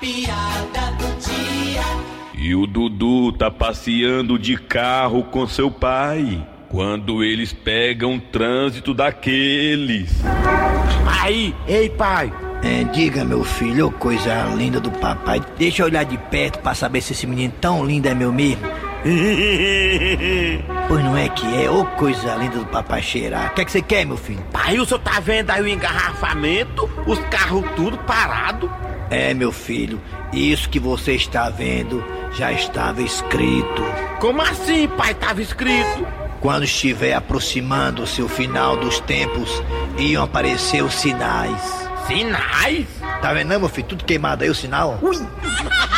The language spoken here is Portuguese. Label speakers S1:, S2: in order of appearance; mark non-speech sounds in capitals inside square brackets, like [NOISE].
S1: piada do dia.
S2: E o Dudu tá passeando de carro com seu pai. Quando eles pegam um trânsito daqueles.
S3: Aí, ei pai,
S4: É, diga, meu filho, ô coisa linda do papai. Deixa eu olhar de perto pra saber se esse menino tão lindo é meu [LAUGHS] mesmo. Pois não é que é, ô coisa linda do papai cheirar. O que é que você quer, meu filho?
S3: pai, o senhor tá vendo aí o engarrafamento, os carros tudo parado.
S4: É, meu filho, isso que você está vendo já estava escrito.
S3: Como assim, pai? Tava escrito.
S4: Quando estiver aproximando-se o final dos tempos, iam aparecer os sinais.
S3: Sinais?
S4: Tá vendo, não, meu filho? Tudo queimado aí o sinal. ó.
S3: Ui!